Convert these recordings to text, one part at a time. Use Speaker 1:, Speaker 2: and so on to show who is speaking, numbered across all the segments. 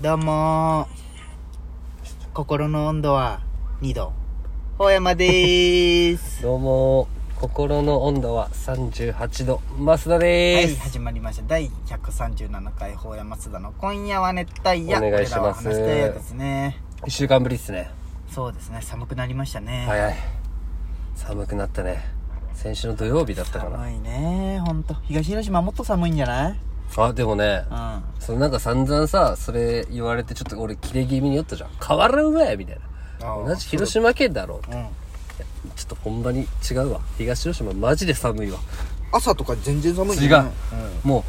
Speaker 1: どうもー心の温度は2度ほうやまでー す
Speaker 2: どうも心の温度は38度増田
Speaker 1: は
Speaker 2: で
Speaker 1: い
Speaker 2: す、
Speaker 1: 始まりました第137回ほうや松田の今夜は熱帯夜
Speaker 2: お願いします
Speaker 1: これらは話したいやつですね
Speaker 2: 1週間ぶりっすね
Speaker 1: そうですね寒くなりましたね、
Speaker 2: 早い寒くなったね先週の土曜日だったかな
Speaker 1: 寒いねほんと東広島もっと寒いんじゃない
Speaker 2: あでもね
Speaker 1: うん
Speaker 2: そのなんか散々さそれ言われてちょっと俺キレ気味に酔ったじゃん変わらんわいみたい
Speaker 1: あー
Speaker 2: な同じ広島県だろ
Speaker 1: うん
Speaker 2: ちょっとほんまに違うわ東広島マジで寒いわ
Speaker 1: 朝とか全然寒い
Speaker 2: 違
Speaker 1: ね
Speaker 2: う、も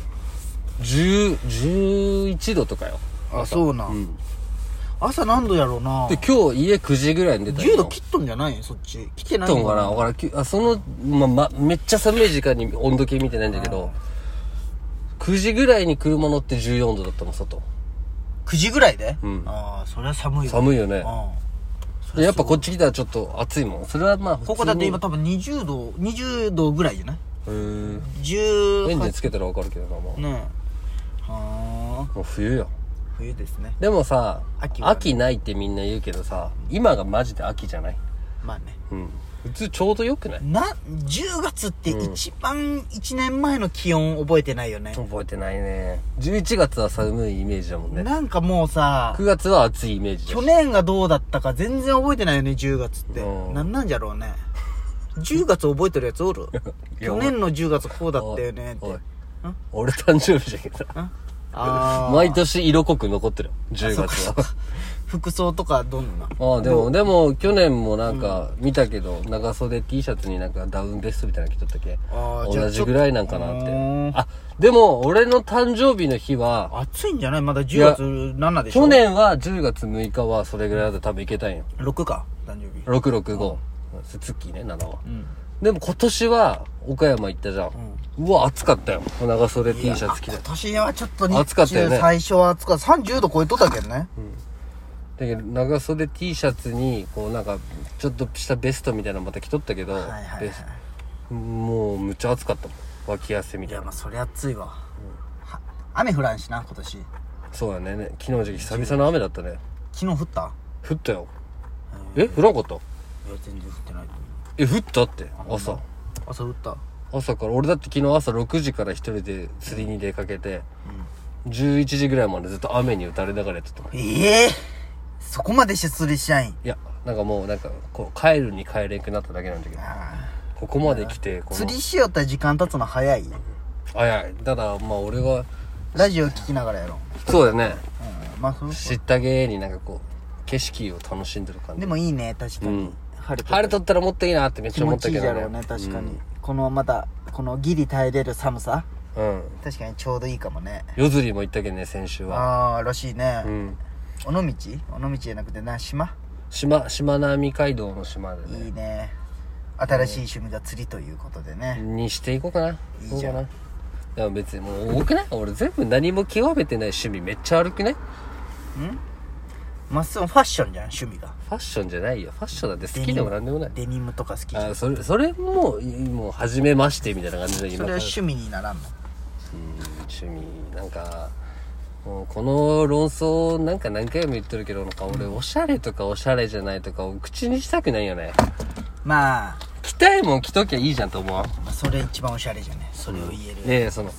Speaker 2: う10 11度とかよ
Speaker 1: うん、あそうなん、朝何度やろうな
Speaker 2: で今日家9時ぐらいに出たよ
Speaker 1: 10度切っとんじゃないそっち来てない
Speaker 2: とんかなわからんきあその、ま、ま、めっちゃ寒い時間に温度計見てないんだけど、9時ぐらいに車乗って14度だったの、外。
Speaker 1: 9時ぐらいで、
Speaker 2: うん
Speaker 1: ああそれは寒いわ
Speaker 2: 寒いよ
Speaker 1: う
Speaker 2: ね。
Speaker 1: ん
Speaker 2: でやっぱこっち来たらちょっと暑いもん。それはまあ、
Speaker 1: ここだって今
Speaker 2: へ
Speaker 1: 多分20度20度ぐらいじゃない
Speaker 2: ーエンジン
Speaker 1: 18
Speaker 2: つけたらわかるけどな、もう。
Speaker 1: ねえはあ
Speaker 2: もう冬よ。
Speaker 1: 冬ですね
Speaker 2: でもさ、
Speaker 1: 秋
Speaker 2: 秋
Speaker 1: はね
Speaker 2: ないってみんな言うけどさ、今がマジで秋じゃない
Speaker 1: まあね
Speaker 2: うん。普通ちょうど良くない
Speaker 1: な10月って一番1年前の気温覚えてないよね、
Speaker 2: 覚えてないね。11月は寒いイメージだもんね。
Speaker 1: なんかもうさ
Speaker 2: 9月は暑いイメージだし
Speaker 1: 去年がどうだったか全然覚えてないよね10月って
Speaker 2: うん
Speaker 1: なんなんじゃろうね10月覚えてるやつおる
Speaker 2: いや
Speaker 1: 去年の10月こうだったよねって
Speaker 2: おいおい俺誕生日じゃけど
Speaker 1: あー
Speaker 2: 毎年色濃く残ってるよ10
Speaker 1: あ
Speaker 2: 月
Speaker 1: そっ
Speaker 2: は
Speaker 1: かそっか服装とかどんな
Speaker 2: ああでもでも去年もなんか見たけど、長袖 T シャツになんかダウンベストみたいなの着とったっけ
Speaker 1: あーじゃあ
Speaker 2: 同じぐらいなんかなっ
Speaker 1: ち
Speaker 2: て
Speaker 1: ょっと
Speaker 2: あでも俺の誕生日の日は
Speaker 1: 暑いんじゃないまだ10
Speaker 2: や
Speaker 1: 月7でしょ
Speaker 2: 去年は10月6日はそれぐらいだと多分いけたんよ
Speaker 1: 6か誕生日
Speaker 2: 665ツッキーね7は
Speaker 1: うん
Speaker 2: でも今年は岡山行ったじゃん、うわ暑かったよ長袖 T シャツ着
Speaker 1: い
Speaker 2: て
Speaker 1: や今年はちょっと日中
Speaker 2: 暑かったよね
Speaker 1: 最初は暑かった30度超えとったけどね
Speaker 2: だけど長袖 T シャツにこうなんかちょっとしたベストみたいなのまた着とったけど、
Speaker 1: はいはいはい
Speaker 2: ベスもうむっちゃ暑かったもん脇汗み
Speaker 1: い
Speaker 2: たい
Speaker 1: や
Speaker 2: な
Speaker 1: まあそりゃ暑いわは雨降らんしな今年
Speaker 2: そうだね昨日の時期久々の雨だったね
Speaker 1: 昨日降った
Speaker 2: 降ったよえ降らんかった
Speaker 1: いや全然降ってないと思
Speaker 2: え降ったって朝
Speaker 1: う朝降った
Speaker 2: 朝から俺だって昨日朝6時から一人で釣りに出かけて、11時ぐらいまでずっと雨に打たれながらやってたもんい
Speaker 1: ええそこまでして釣りしちゃいん
Speaker 2: やなんかもうなんかこう帰るに帰れんくなっただけなんだけどここまで来てこの
Speaker 1: 釣りしよったら時間経つの早い
Speaker 2: あいやただまあ俺は
Speaker 1: ラジオ聞きながらやろう
Speaker 2: そうだよね
Speaker 1: うんまあその
Speaker 2: 知ったげーになんかこう景色を楽しんでる感じ
Speaker 1: でもいいね確かに、
Speaker 2: うん
Speaker 1: 晴れとった
Speaker 2: 晴れとったらもっといいなってめっち
Speaker 1: 気
Speaker 2: ゃ思
Speaker 1: 持
Speaker 2: っ
Speaker 1: ち
Speaker 2: た
Speaker 1: いい
Speaker 2: け
Speaker 1: じゃ
Speaker 2: ど
Speaker 1: ろうね確かに、このまたこのギリ耐えれる寒さ
Speaker 2: うん
Speaker 1: 確かにちょうどいいかもね
Speaker 2: 夜釣りも行ったけどね先週は
Speaker 1: ああらしいね、
Speaker 2: うん
Speaker 1: 尾道尾道じゃなくてな島
Speaker 2: 島島並海道の島でね
Speaker 1: いいね新しい趣味が釣りということでね、
Speaker 2: にしていこうかない
Speaker 1: い
Speaker 2: そう
Speaker 1: じゃ
Speaker 2: か
Speaker 1: ん
Speaker 2: なでも別にもう多くない俺全部何も極めてない趣味めっちゃ悪くねフ
Speaker 1: まっすぐファッションじゃん趣味が
Speaker 2: ァッションじゃないよファッションだって好きでもなんでもない
Speaker 1: デニムとか好きじゃん
Speaker 2: あそれそれもいもう初めましてみたいな感じ
Speaker 1: そ
Speaker 2: で今
Speaker 1: れ
Speaker 2: か
Speaker 1: は
Speaker 2: ら
Speaker 1: 趣味にならんの
Speaker 2: 趣味なんかもうこの論争なんか何回も言ってるけどなんか俺おしゃれとかおしゃれじゃないとかを口にしたくないよね
Speaker 1: まあ
Speaker 2: 着たいもん着ときゃいいじゃんと思わん
Speaker 1: まあそれ一番おしゃれじゃねそれを言える、
Speaker 2: ねえその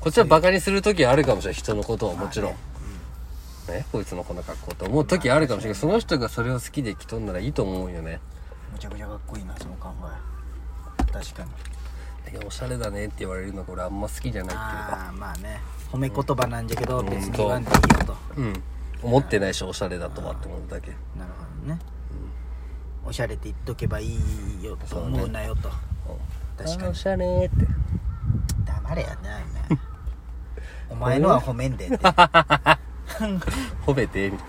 Speaker 2: こっちはバカにする時あるかもしれない人のことはもちろん、ねこいつのこの格好と思う時あるかもしれないけどその人がそれを好きで着とんならいいと思うよね
Speaker 1: むちゃくちゃかっこいいなその考え確かに
Speaker 2: いやおしゃれだねって言われるのが俺あんま好きじゃないっていうか
Speaker 1: ああまあね褒め言葉なんじゃけど別に言わんでいいよと
Speaker 2: うん思ってないしおしゃれだとはって思うだけ
Speaker 1: なるほどね、おしゃれって言っとけばいいよと思うなよと、確か
Speaker 2: あーお
Speaker 1: に
Speaker 2: しゃれーって
Speaker 1: 黙れやな今お 前のは褒めんでってま
Speaker 2: 褒めてみたいな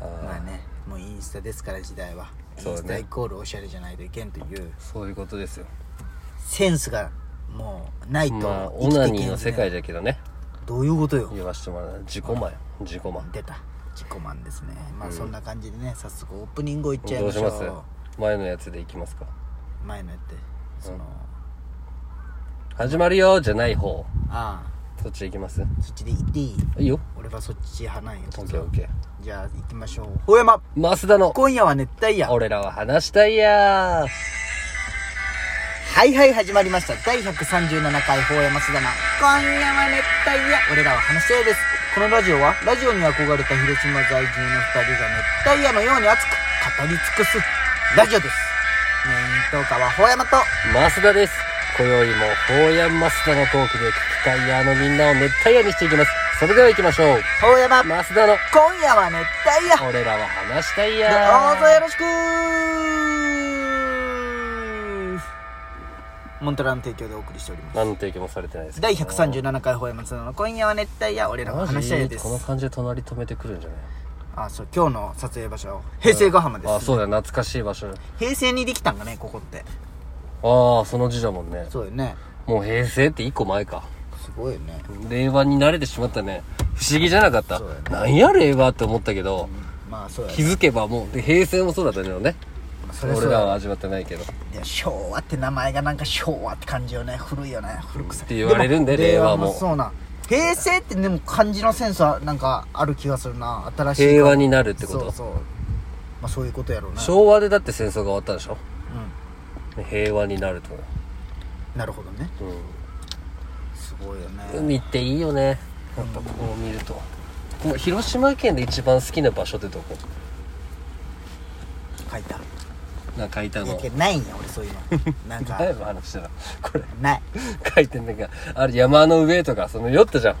Speaker 1: あねもうインスタですから時代はイ
Speaker 2: そう
Speaker 1: ン
Speaker 2: ね
Speaker 1: スタイコールおしゃれじゃないといけんという
Speaker 2: そういうことですよ
Speaker 1: センスがもうないと
Speaker 2: まあ
Speaker 1: 生
Speaker 2: オ
Speaker 1: き
Speaker 2: ナ
Speaker 1: ていけん
Speaker 2: ニーの
Speaker 1: です
Speaker 2: 世
Speaker 1: ね
Speaker 2: 界だけどね
Speaker 1: どういうことよ
Speaker 2: 言わしてもらう自己満自己満
Speaker 1: 出た自己満ですねまあそんな感じでね早速オープニングをいっちゃい
Speaker 2: ど
Speaker 1: ま
Speaker 2: う
Speaker 1: し
Speaker 2: し
Speaker 1: ょ
Speaker 2: ま
Speaker 1: う
Speaker 2: す前のやつでいきますか
Speaker 1: 前のやってその、
Speaker 2: 始まるよじゃない方
Speaker 1: ああ
Speaker 2: そっち行きます
Speaker 1: そっちで行っていい
Speaker 2: いいよ
Speaker 1: 俺はそっち派なんよ
Speaker 2: オッケーオッケー
Speaker 1: じゃあ行きましょうほ山
Speaker 2: 増田の
Speaker 1: 今夜は熱帯夜
Speaker 2: 俺らは話したいやー
Speaker 1: はいはい始まりました第137回法山すだな今夜は熱帯夜俺らは話し合いですこのラジオはラジオに憧れた広島在住の2人が熱帯夜のように熱く語り尽くすラジオですメイントーカーは法山と
Speaker 2: 増田です今宵も法や増田のトークで聞きたいやーのみんなを熱帯夜にしていきますそれでは行きましょう
Speaker 1: 法山今
Speaker 2: 増田の
Speaker 1: 夜は熱帯夜
Speaker 2: 俺らは話したい
Speaker 1: ど
Speaker 2: や
Speaker 1: うぞよろ
Speaker 2: し
Speaker 1: しくモントラの提供でお送りしております
Speaker 2: 何の提供もされてないですけど
Speaker 1: 第137回法山すだな今夜は熱帯夜俺らは
Speaker 2: マ
Speaker 1: 話し合い
Speaker 2: ジ
Speaker 1: です
Speaker 2: この感じで隣止めてくるんじゃない
Speaker 1: あそう今日の撮影場所平成ヶ浜です、
Speaker 2: あそうだよ懐かしい場所
Speaker 1: 平成にできたんかねここって
Speaker 2: ああその字だもんね
Speaker 1: そうよね
Speaker 2: もう平成って一個前か
Speaker 1: すごいよね
Speaker 2: 令和に慣れてしまったね不思議じゃなかった、
Speaker 1: そうだね
Speaker 2: なんや令和って思ったけど、
Speaker 1: まあそうや
Speaker 2: 気
Speaker 1: ね
Speaker 2: づけばもうで平成もそうだったけどね
Speaker 1: それそ
Speaker 2: 俺
Speaker 1: う
Speaker 2: ら
Speaker 1: や
Speaker 2: は味わってないけどっ
Speaker 1: いや昭和って名前がなんか昭和って感じよね古いよね古くさ
Speaker 2: て言われるんで
Speaker 1: も
Speaker 2: 令和も
Speaker 1: そうなん平成ってでも漢字のセンスはなんかある気がするな新しい
Speaker 2: 平和になるってこと
Speaker 1: そうそうまあそういうことやろうね
Speaker 2: 昭和でだって戦争が終わったでしょ
Speaker 1: う
Speaker 2: 平和になると
Speaker 1: んなるほどね
Speaker 2: 思う、
Speaker 1: すごいよ
Speaker 2: うん、
Speaker 1: ね
Speaker 2: 海っていいよねやっぱここを見るともう広島県で一番好きな場所ってどこ
Speaker 1: 書いた
Speaker 2: なんか書いた
Speaker 1: いや
Speaker 2: の
Speaker 1: けどないんや俺そういう のなんか
Speaker 2: だいぶ話してたこれ
Speaker 1: ない
Speaker 2: 書いてなんかあれ山の上とかその酔ったじゃん、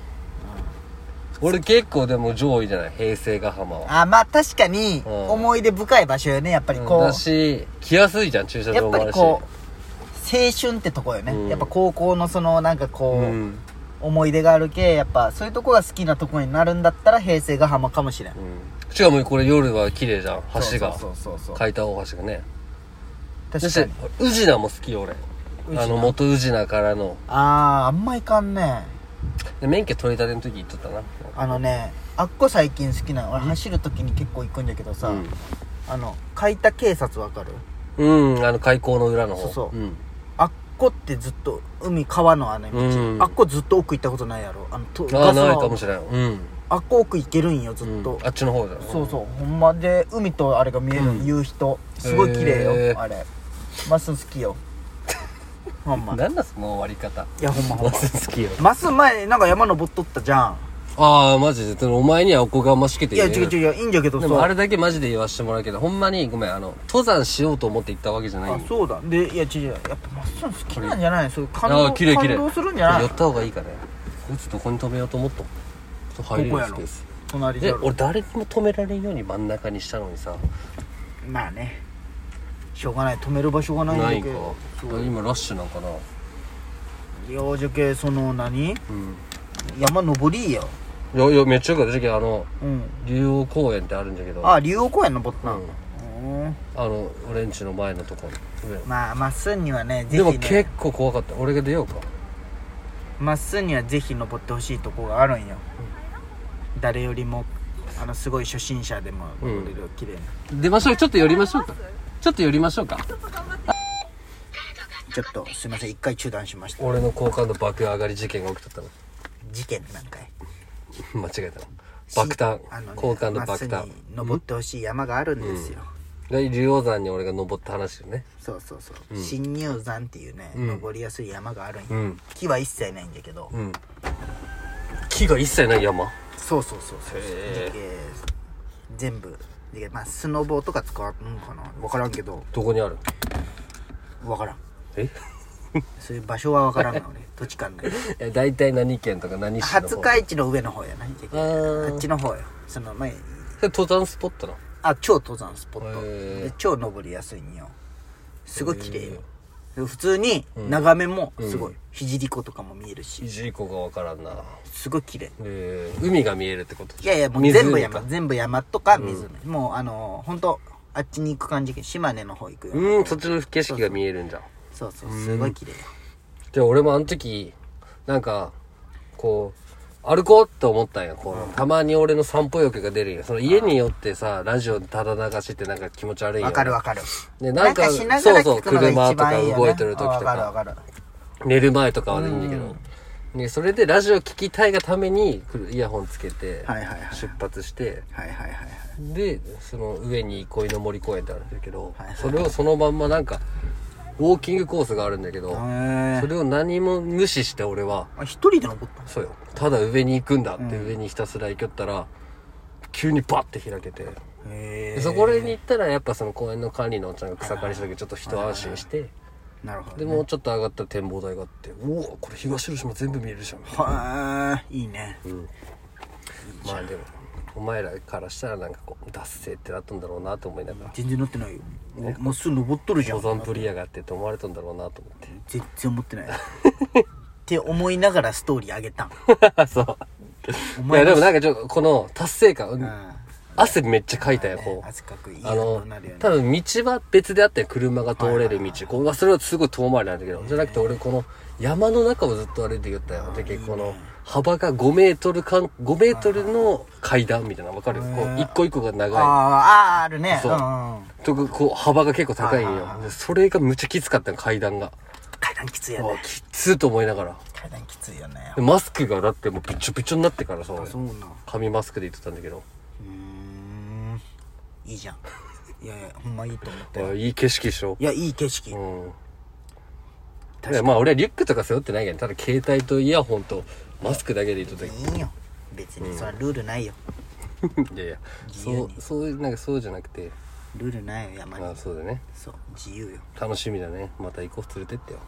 Speaker 2: 俺結構でも上位じゃない平成ヶ浜は
Speaker 1: あまあ確かに
Speaker 2: うん
Speaker 1: 思い出深い場所よねやっぱりこう、
Speaker 2: だし来やすいじゃん駐車
Speaker 1: や
Speaker 2: 場
Speaker 1: っ
Speaker 2: も
Speaker 1: ぱ
Speaker 2: あ
Speaker 1: り
Speaker 2: るし
Speaker 1: こう青春ってとこよね、
Speaker 2: うん
Speaker 1: やっぱ高校のそのなんかこう、
Speaker 2: ん
Speaker 1: 思い出があるけやっぱそういうとこが好きなとこになるんだったら平成が浜かもしれん、
Speaker 2: うんしかもこれ夜は綺麗じゃん橋が
Speaker 1: そうそうそうそう
Speaker 2: 書いた大橋がねそ
Speaker 1: 確
Speaker 2: し
Speaker 1: か
Speaker 2: て
Speaker 1: に
Speaker 2: 宇品も好きよ俺
Speaker 1: 宇品
Speaker 2: あの元宇品からの
Speaker 1: あああんまいかんね
Speaker 2: で免許取り立ての時行っとったな
Speaker 1: あのねあっこ最近好きな俺走る時に結構行くんだけどさ、
Speaker 2: うん
Speaker 1: あの海田警察わかる
Speaker 2: うんあの開港の裏の方
Speaker 1: そうそうんあっこってずっと海川のあの道、
Speaker 2: うん
Speaker 1: あっこずっと奥行ったことないやろあのと
Speaker 2: ああ
Speaker 1: ガスの
Speaker 2: ないかもしれんうん
Speaker 1: あっこ奥行けるんよずっと、
Speaker 2: うんあっちの方だ
Speaker 1: そうそうほんまで海とあれが見える、
Speaker 2: うん
Speaker 1: 夕日とすごい綺麗よ、
Speaker 2: へー
Speaker 1: あれマスン好き よほんま
Speaker 2: なんだその終わり方
Speaker 1: いやほんまほん
Speaker 2: マ
Speaker 1: ま
Speaker 2: ス好きよ
Speaker 1: マスン前なんか山登っとったじゃん
Speaker 2: ああマジでそのお前にはおこがましくて
Speaker 1: い
Speaker 2: 言
Speaker 1: や
Speaker 2: える
Speaker 1: 違う違ういやいいんじゃけど
Speaker 2: でもあ
Speaker 1: さ
Speaker 2: れだけマジで言わしてもらうけどほんまにごめんあの登山しようと思って行ったわけじゃない
Speaker 1: あ
Speaker 2: んで
Speaker 1: そうだでいや違う違うやっぱマスン好きなんじゃないそういう感
Speaker 2: あ
Speaker 1: 動
Speaker 2: あ綺麗綺麗
Speaker 1: 感動するんじゃない
Speaker 2: 寄った方がいいかねこいつどこに止めようと思ったちょっと入れ
Speaker 1: ここ
Speaker 2: る
Speaker 1: や
Speaker 2: ス
Speaker 1: ろ
Speaker 2: ペース
Speaker 1: 隣で
Speaker 2: で俺誰にも止められんように真ん中にしたのにさ
Speaker 1: まあねしょうがない止める場所がないんだ
Speaker 2: ない
Speaker 1: け
Speaker 2: んか
Speaker 1: どそう
Speaker 2: 今ラッシュなんかな
Speaker 1: 幼女系その何
Speaker 2: う
Speaker 1: 山登りよ
Speaker 2: んいやいやめっちゃよかったじゃあの
Speaker 1: うん
Speaker 2: 竜王公園ってあるんだけど
Speaker 1: あ竜王公園登ったん
Speaker 2: うん
Speaker 1: うん
Speaker 2: あの俺んちの前のところ上の
Speaker 1: まあまっすんにはねぜ
Speaker 2: で
Speaker 1: ひ
Speaker 2: も
Speaker 1: ね
Speaker 2: 結構怖かった俺が出ようか
Speaker 1: まっすんにはぜひ登ってほしいとこがあるんよ、誰よりもあのすごい初心者でも登れる綺麗な、
Speaker 2: 出ましょうちょっと寄りましょうかちょっと寄りましょうか
Speaker 1: ちょっとすいません一回中断しました
Speaker 2: 俺の好感度爆上がり事件が起きとったの
Speaker 1: 事件なんかい
Speaker 2: 間違えたの爆誕
Speaker 1: あのね
Speaker 2: 好感度
Speaker 1: まっ
Speaker 2: 爆
Speaker 1: すん
Speaker 2: 誕
Speaker 1: に登ってほしい山があるんですよ、
Speaker 2: で竜王山に俺が登った話よね
Speaker 1: そうそうそう、新入山っていうね、
Speaker 2: ん
Speaker 1: 登りやすい山があるんよ、
Speaker 2: うん
Speaker 1: 木は一切ないんだけど、
Speaker 2: うん木が一切ない山
Speaker 1: そうそうそうそう
Speaker 2: へー
Speaker 1: で全部でまあスノボーとか使うんかな分からんけど
Speaker 2: どこにある
Speaker 1: 分からん
Speaker 2: え
Speaker 1: そういう場所は分からんのね 土地勘ない
Speaker 2: え大体何県とか何市の方
Speaker 1: 廿日市の上の方やな
Speaker 2: あー
Speaker 1: あっちの方よその前
Speaker 2: それ登山スポットなの
Speaker 1: あ超登山スポット
Speaker 2: へー
Speaker 1: で超登りやすいんよすごい綺麗よで普通に眺めもすごい、肘湖とかも見えるし
Speaker 2: いじりこがわからんな
Speaker 1: すごい綺麗
Speaker 2: えー海が見えるってこと
Speaker 1: いやいやもう
Speaker 2: 湖
Speaker 1: 全部山
Speaker 2: か
Speaker 1: 全部山とか湖、もうあのー、ほんとあっちに行く感じ島根の方行くよ、
Speaker 2: うんそっちの景色が見えるんじゃん
Speaker 1: そうそうすごい綺麗よ
Speaker 2: で俺もあの時なんかこう歩こうって思ったんやこう、たまに俺の散歩欲が出るんやその家によってさラジオただ流しってなんか気持ち悪いんや
Speaker 1: わかるわかる
Speaker 2: ねなんか
Speaker 1: しながら
Speaker 2: そうそう
Speaker 1: 聞くのが一番いいよ、ね、
Speaker 2: 車とか動いてる時とか
Speaker 1: わかるわかる
Speaker 2: 寝る前とかはねいいんだけど、でそれでラジオ聞きたいがためにくるイヤホンつけて
Speaker 1: はいはいはい
Speaker 2: 出発して
Speaker 1: はいはいはいはい
Speaker 2: でその上に憩いの森公園ってあるんだけど
Speaker 1: はいはい
Speaker 2: それをそのまんまなんかウォーキングコースがあるんだけど
Speaker 1: へー
Speaker 2: それを何も無視して俺は
Speaker 1: あ一人で登った
Speaker 2: そうよただ上に行くんだって上にひたすら行きよったら急にバッて開けて
Speaker 1: へ
Speaker 2: でそこらに行ったらやっぱその公園の管理のおっちゃんが草刈りしたけどちょっと一安心して
Speaker 1: えなるほ
Speaker 2: で
Speaker 1: ど
Speaker 2: もうちょっと上がったら展望台があってうわこれ東広島全部見えるじゃん
Speaker 1: はーいいね
Speaker 2: まあでもお前らからしたらなんかこう脱線ってなったんだろうなと思いながら
Speaker 1: 全然乗ってないよもうまっすぐ登っとるじゃ
Speaker 2: 登
Speaker 1: ん
Speaker 2: 山プリアがあってと思われたんだろうなと思 っ
Speaker 1: 全然思ってない って思いながらストーリー上げ たん
Speaker 2: てそ
Speaker 1: お
Speaker 2: ういや
Speaker 1: 前
Speaker 2: で
Speaker 1: の
Speaker 2: もなんかちょっとこの達成感、
Speaker 1: うん
Speaker 2: 汗めっちゃかいたよこう
Speaker 1: 汗かくいい
Speaker 2: あの
Speaker 1: のなるよね
Speaker 2: 多分道は別であったよ車が通れる道こうはそれはすごい遠回りなんだけどじゃなくて俺この山の中をずっと歩いてきったよで結構この幅が5メートル間5メートルの階段みたいなの分かるこう一個一個が
Speaker 1: あー
Speaker 2: 長い
Speaker 1: あーあるね
Speaker 2: そう
Speaker 1: うんうん
Speaker 2: とかこう幅が結構高いんよでそれがむっちゃきつかったの階段が
Speaker 1: 階段きついよ
Speaker 2: うわ
Speaker 1: ね
Speaker 2: きつーと思いながら
Speaker 1: 階段きついよね
Speaker 2: でマスクがだってもうびちょびちょになってからさ俺
Speaker 1: そうなん
Speaker 2: 紙マスクで言ってたんだけど
Speaker 1: うーんいいじゃん いやいやほんまいいと思ったよ
Speaker 2: あいい景色でしょ
Speaker 1: いやいい景色
Speaker 2: うん。ただまあ俺はリュックとか背負ってないけど、ただ携帯とイヤホンとマスクだけで言っとったけ
Speaker 1: いいよ別にそれはルールないよ
Speaker 2: ど。いやいや、
Speaker 1: 自由
Speaker 2: そう
Speaker 1: に、
Speaker 2: そういう、なんかそうじゃなくて、
Speaker 1: ルールないよ山に
Speaker 2: まあそうだね。
Speaker 1: そう自由よ
Speaker 2: 楽しみだね。また行こう、連れてってよ。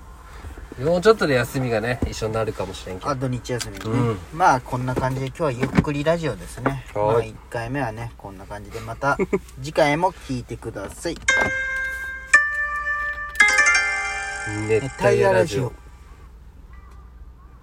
Speaker 2: もうちょっとで休みがね、一緒になるかもしれんけど。
Speaker 1: あ土日休みね、
Speaker 2: うん
Speaker 1: まあこんな感じで今日はゆっくりラジオですね
Speaker 2: はい
Speaker 1: まあ1回目はねこんな感じでまた次回も聞いて ください
Speaker 2: 熱帯夜ラジオ。